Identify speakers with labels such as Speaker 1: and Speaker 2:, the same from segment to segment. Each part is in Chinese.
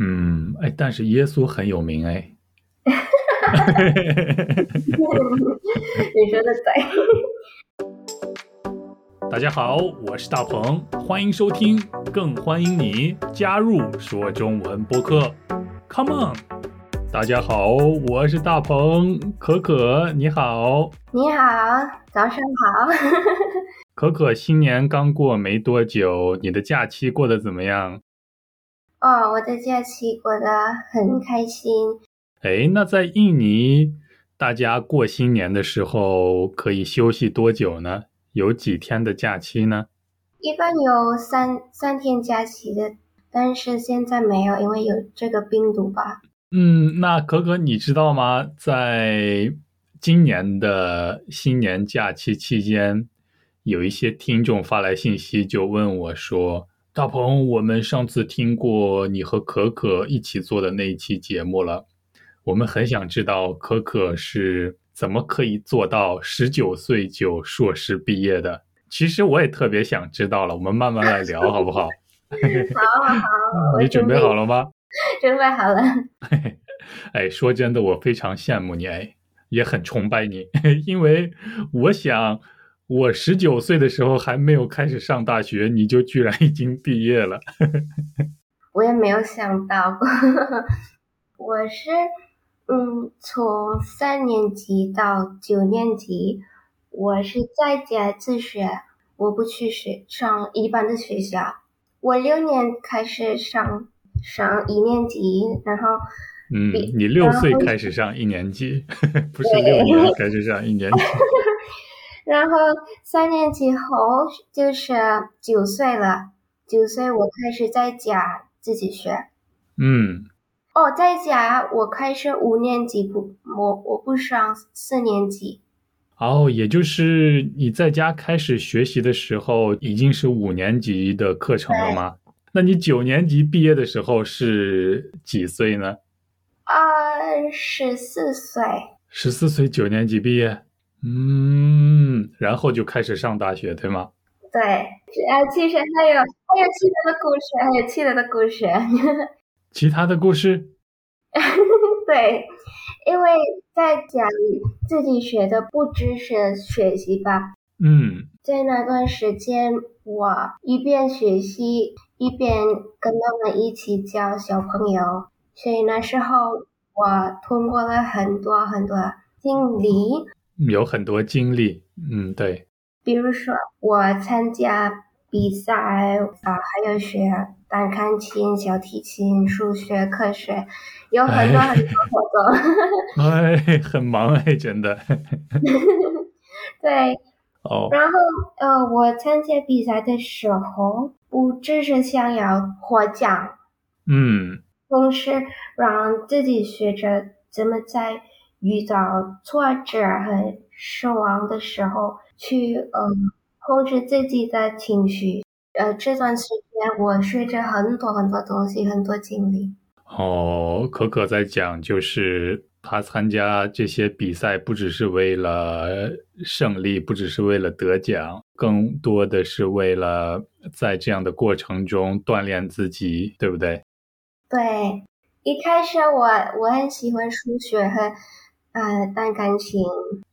Speaker 1: 嗯，哎，但是耶稣很有名哎。
Speaker 2: 你说的对。
Speaker 1: 大家好，我是大鹏，欢迎收听，更欢迎你加入说中文播客，Come on！大家好，我是大鹏，可可你好，
Speaker 2: 你好，早上好。
Speaker 1: 可可新年刚过没多久，你的假期过得怎么样？
Speaker 2: 哦，我的假期过得很开心。
Speaker 1: 哎，那在印尼，大家过新年的时候可以休息多久呢？有几天的假期呢？
Speaker 2: 一般有三三天假期的，但是现在没有，因为有这个病毒吧。
Speaker 1: 嗯，那可可你知道吗？在今年的新年假期期间，有一些听众发来信息，就问我说：“大鹏，我们上次听过你和可可一起做的那一期节目了，我们很想知道可可是怎么可以做到十九岁就硕士毕业的。”其实我也特别想知道了，我们慢慢来聊好不 好？
Speaker 2: 好啊好啊，
Speaker 1: 你
Speaker 2: 我
Speaker 1: 准备好了吗？
Speaker 2: 准备好了。
Speaker 1: 哎，说真的，我非常羡慕你，哎，也很崇拜你， 因为我想，我十九岁的时候还没有开始上大学，你就居然已经毕业了。
Speaker 2: 我也没有想到 过，我是嗯，从三年级到九年级，我是在家自学，我不去学上一般的学校。我六年开始上上一年级，然后
Speaker 1: 嗯
Speaker 2: 对，
Speaker 1: 你六岁开始上一年级，不是六年开始上一年级。
Speaker 2: 然后三年级后就是九岁了，九岁我开始在家自己学。
Speaker 1: 嗯，
Speaker 2: 哦，在家我开始五年级不，我我不上四年级。
Speaker 1: 哦，也就是你在家开始学习的时候，已经是五年级的课程了吗？那你九年级毕业的时候是几岁呢？
Speaker 2: 啊，十四岁，
Speaker 1: 十四岁九年级毕业，嗯，然后就开始上大学，对吗？
Speaker 2: 对，啊，其实还有还有其他的故事，还有其他的故事，
Speaker 1: 其他的故事，
Speaker 2: 对，因为在家里自己学的不只是学习吧，
Speaker 1: 嗯
Speaker 2: 在那段时间我一边学习一边跟他们一起教小朋友，所以那时候我通过了很多很多经历，
Speaker 1: 有很多经历，嗯，对，
Speaker 2: 比如说我参加比赛啊、还有学弹钢琴、小提琴、数学、科学，有很多
Speaker 1: 哎
Speaker 2: 很多活动。
Speaker 1: 哎，很忙哎，真的，
Speaker 2: 对，
Speaker 1: 哦，
Speaker 2: 然后呃，我参加比赛的时候，不只是想要获奖，
Speaker 1: 嗯
Speaker 2: 同时让自己学着怎么在遇到挫折和失望的时候去呃控制自己的情绪。呃，这段时间我学着很多很多东西，很多经历。
Speaker 1: 哦，可可在讲，就是他参加这些比赛，不只是为了胜利，不只是为了得奖，更多的是为了在这样的过程中锻炼自己，对不对？
Speaker 2: 对，一开始我我很喜欢数学和呃弹钢琴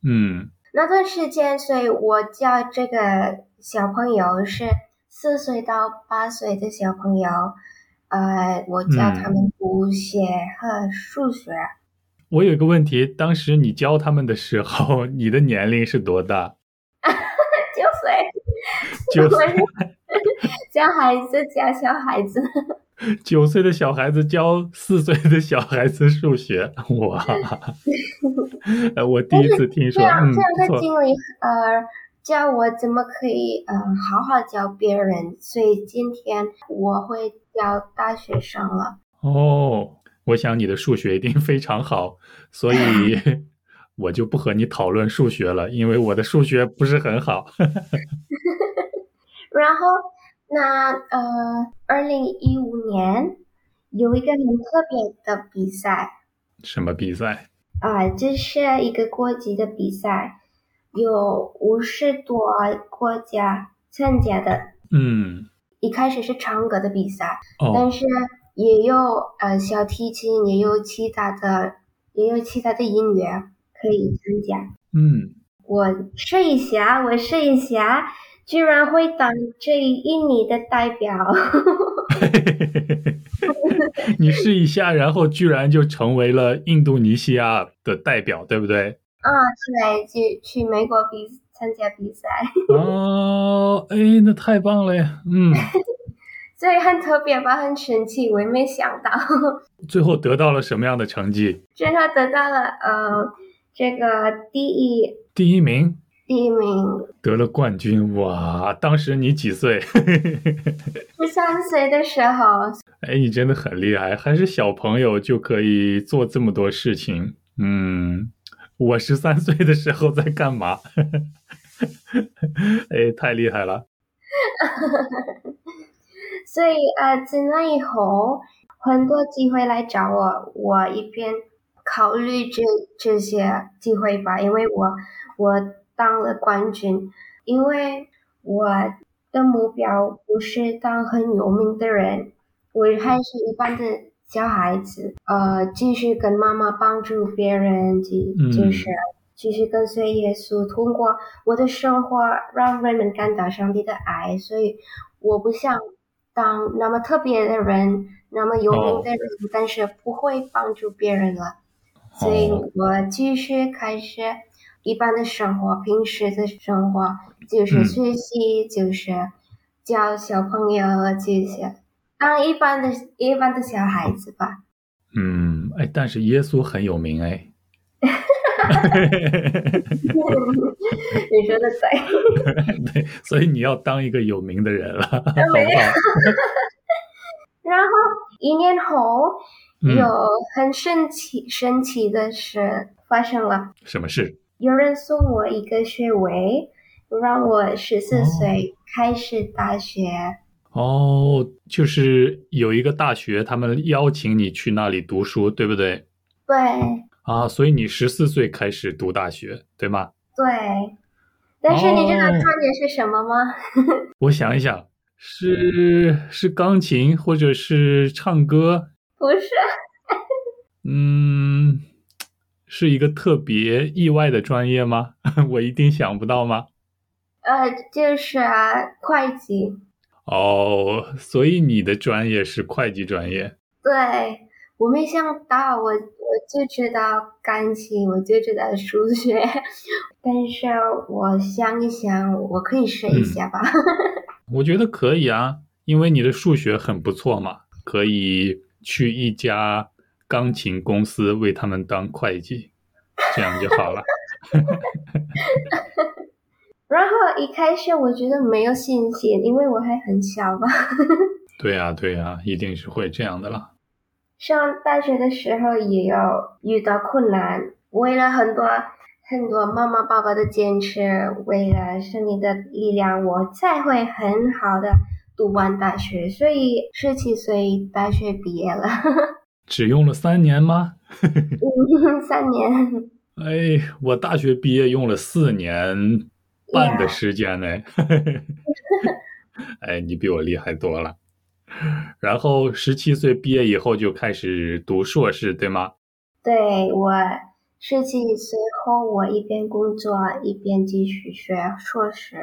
Speaker 1: 嗯
Speaker 2: 那段时间，所以我教这个小朋友是四岁到八岁的小朋友，呃，我教他们
Speaker 1: 嗯
Speaker 2: 读写和数学。
Speaker 1: 我有一个问题，当时你教他们的时候， 你的年龄是多大？
Speaker 2: 九岁，
Speaker 1: 九
Speaker 2: 我是教孩子教小孩子，
Speaker 1: 九岁的小孩子教四岁的小孩子数学， 哇！呃我第一次听
Speaker 2: 这
Speaker 1: 说，
Speaker 2: 样
Speaker 1: 嗯，
Speaker 2: 哎啊这样
Speaker 1: 不
Speaker 2: 的
Speaker 1: 错，
Speaker 2: 经历，呃，教我怎么可以呃好好教别人。所以今天我会教大学生了。
Speaker 1: 哦，我想你的数学一定非常好，所 以我就不和你讨论数学了，因为我的数学不是很好。
Speaker 2: 然后，那呃，二零一五年有一个很特别的比赛
Speaker 1: 什么比赛？
Speaker 2: 啊、这是一个国际的比赛，有五十多国家参加的。
Speaker 1: 嗯，
Speaker 2: 一开始是唱歌的比赛，
Speaker 1: 哦
Speaker 2: 但，是也有呃小提琴，也有其他的，也有其他的音乐可以参加。
Speaker 1: 嗯，
Speaker 2: 我试一下，我试一下，居然会当这印尼的代表。
Speaker 1: 嗯你试一下，然后居然就成为了印度尼西亚的代表，对不对？
Speaker 2: 啊，对，去去美国比参加比赛，
Speaker 1: 哦，哎，那太棒了呀！嗯，
Speaker 2: 所以很特别吧，很神奇，我也没想到，
Speaker 1: 最后得到了什么样的成绩？
Speaker 2: 最后得到了呃这个第一
Speaker 1: 第一名，
Speaker 2: 第一名，
Speaker 1: 得了冠军，哇！当时你几岁？
Speaker 2: 十三岁的时候，
Speaker 1: 哎，你真的很厉害，还是小朋友就可以做这么多事情。嗯，我十三岁的时候在干嘛？ 哎，太厉害了。
Speaker 2: 所以呃自那以后很多机会来找我，我一边考虑这这些机会吧，因为我我当了冠军，因为我的目标不是当很有名的人，我还是一般的小孩子，呃，继续跟妈妈帮助别人，就
Speaker 1: 嗯
Speaker 2: 就是继续跟随耶稣，通过我的生活让人们感到上帝的爱，所以我不想当那么特别的人，那么有名的人，但是不会帮助别人了，所以
Speaker 1: 哦，
Speaker 2: 我继续开始一般的生活，平时的生活就
Speaker 1: 嗯
Speaker 2: 是学习，就是教小朋友这些，当一般的一般的小孩子吧。
Speaker 1: 嗯，哎，但是耶稣很有名哎。
Speaker 2: 你说的对，
Speaker 1: 对，所以你要当一个有名的人了，好不好？嗯
Speaker 2: 然后一年后
Speaker 1: 嗯
Speaker 2: 有很神奇神奇的事发生了。
Speaker 1: 什么事？
Speaker 2: 有人送我一个学位，让我十四岁开始大学。
Speaker 1: 哦，就是有一个大学，他们邀请你去那里读书，对不对？
Speaker 2: 对
Speaker 1: 啊，所以你十四岁开始读大学，对吗？
Speaker 2: 对，但是你知道
Speaker 1: 哦
Speaker 2: 专业是什么吗？
Speaker 1: 我想一想，是是钢琴或者是唱歌，
Speaker 2: 不是，
Speaker 1: 嗯，是一个特别意外的专业吗？ 我一定想不到吗？
Speaker 2: 呃，就是、啊会计。
Speaker 1: 哦，所以你的专业是会计专业。
Speaker 2: 对，我没想到，我我就知道钢琴，我就知道数学， 但是我想一想，我可以试一下吧。
Speaker 1: 我觉得可以啊，因为你的数学很不错嘛，可以去一家钢琴公司为他们当会计，这样就好了。
Speaker 2: 然后一开始我觉得没有信心，因为我还很小吧。
Speaker 1: 对呀、对呀、一定是会这样的啦。
Speaker 2: 上大学的时候也有遇到困难，为了很多很多妈妈爸爸的坚持，为了生命的力量，我才会很好的读完大学。所以十七岁大学毕业了，
Speaker 1: 只用了三年吗？
Speaker 2: 三年
Speaker 1: 哎，我大学毕业用了四年半的时间呢。哎，你比我厉害多了。然后十七岁毕业以后就开始读硕士，对吗？
Speaker 2: 对我十七岁后，我一边工作一边继续学硕士，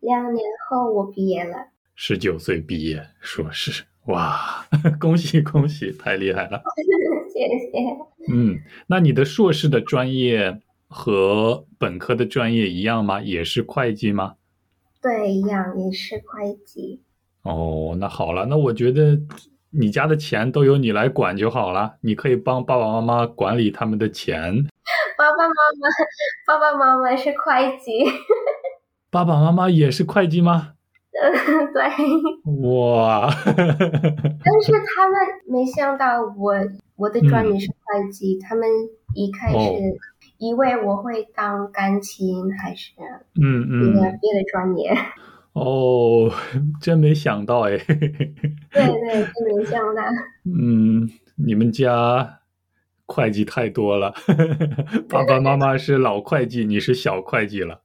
Speaker 2: 两年后我毕业了。
Speaker 1: 十九岁毕业硕士，哇， 恭喜恭喜，太厉害了。
Speaker 2: 谢谢。
Speaker 1: 嗯，那你的硕士的专业和本科的专业一样吗？也是会计吗？
Speaker 2: 对，一样也是会计。
Speaker 1: 哦，那好了，那我觉得你家的钱都由你来管就好了，你可以帮爸爸妈妈管理他们的钱。
Speaker 2: 爸爸妈妈，爸爸妈妈是会计，
Speaker 1: 爸爸妈妈也是会计吗？
Speaker 2: 对，
Speaker 1: 哇，
Speaker 2: 但是他们没想到我我的专业是会计，他们一开始
Speaker 1: 哦
Speaker 2: 以为我会当钢琴还是
Speaker 1: 嗯
Speaker 2: 别的、
Speaker 1: 嗯，
Speaker 2: 别的 专业，
Speaker 1: 哦，真没想到哎。
Speaker 2: 对对，真没想到，
Speaker 1: 嗯，你们家会计太多了，爸爸妈妈是老会计，你是小会计了，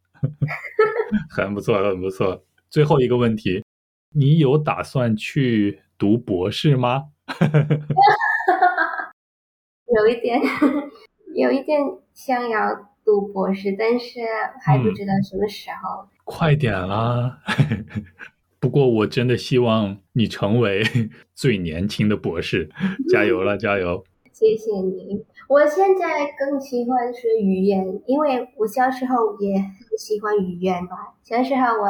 Speaker 1: 很不错，很不错。最后一个问题，你有打算去读博士吗？
Speaker 2: 有一点， 有一点想要读博士，但是还
Speaker 1: 嗯
Speaker 2: 不知道什么时候。
Speaker 1: 快点啦！ 不过我真的希望你成为 最年轻的博士，加油了，加油！
Speaker 2: 谢谢你，我现在更喜欢学语言，因为我小时候也很喜欢语言吧。小时候我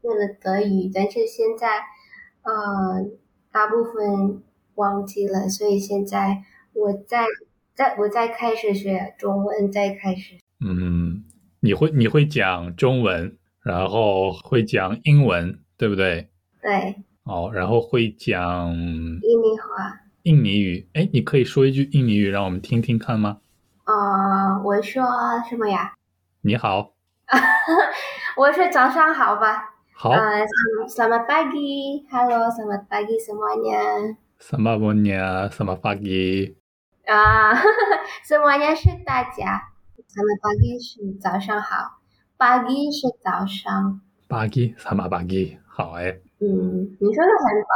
Speaker 2: 学了德语，但是现在，呃，大部分忘记了，所以现在我在在我在开始学中文，在开始
Speaker 1: 嗯，你会你会讲中文，然后会讲英文，对不对？
Speaker 2: 对
Speaker 1: 哦，然后会讲
Speaker 2: 印尼话。
Speaker 1: 印尼语。哎，你可以说一句印尼语让我们听听看吗？
Speaker 2: 呃，我说什么呀？
Speaker 1: 你好，
Speaker 2: 我说早上好吧。
Speaker 1: 好，
Speaker 2: 呃，selamat pagi，hello selamat pagi semuanya。
Speaker 1: 什么波尼亚，什么发给，
Speaker 2: 啊、s e m u a n y a 是大家，selamat pagi 是早上好，pagi 是早上。
Speaker 1: 巴给，什么巴给，好哎。
Speaker 2: 嗯，你说的很棒。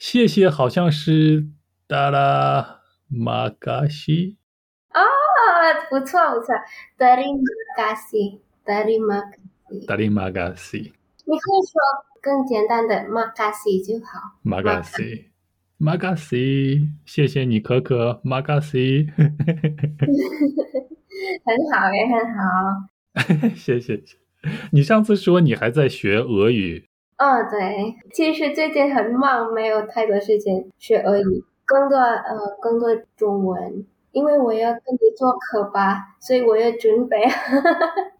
Speaker 1: 谢谢，好像是达拉马嘎西。
Speaker 2: 啊，不错不错，terima kasih，terima kasih。
Speaker 1: 达里马嘎西，
Speaker 2: 你可以说更简单的 makasih 就好。
Speaker 1: 马嘎西，马嘎西，谢谢你，可可，马嘎西，
Speaker 2: 很好也很好。
Speaker 1: 谢谢。 你上次说你还在学俄语，
Speaker 2: 哦，对，其实最近很忙，没有太多时间学俄语，更多呃更多中文，因为我要跟你做课吧，所以我要准备。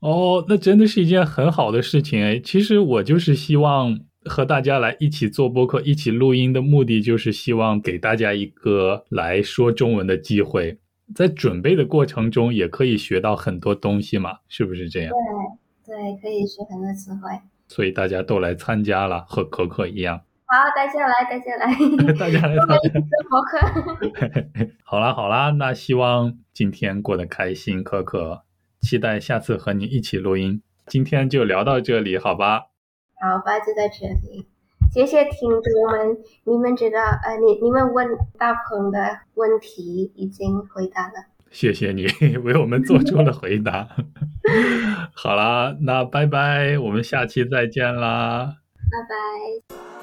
Speaker 1: 哦，那真的是一件很好的事情哎。其实我就是希望和大家来一起做播客、一起录音的目的，就是希望给大家一个来说中文的机会。在准备的过程中，也可以学到很多东西嘛，是不是这样？
Speaker 2: 对，可以学很多词汇。
Speaker 1: 所以大家都来参加了，和可可一样，
Speaker 2: 好，大家来，大家来，
Speaker 1: 大家来参
Speaker 2: 我一
Speaker 1: 加。
Speaker 2: 起做博客。
Speaker 1: 好啦好啦，那希望今天过得开心，可可，期待下次和你一起录音。今天就聊到这里，好吧？
Speaker 2: 好吧，就到这里。谢谢听众们，你们知道，呃，你你们问大鹏的问题已经回答了，
Speaker 1: 谢谢你 为我们做出了回答。 好啦，那拜拜，我们下期再见啦。
Speaker 2: 拜拜。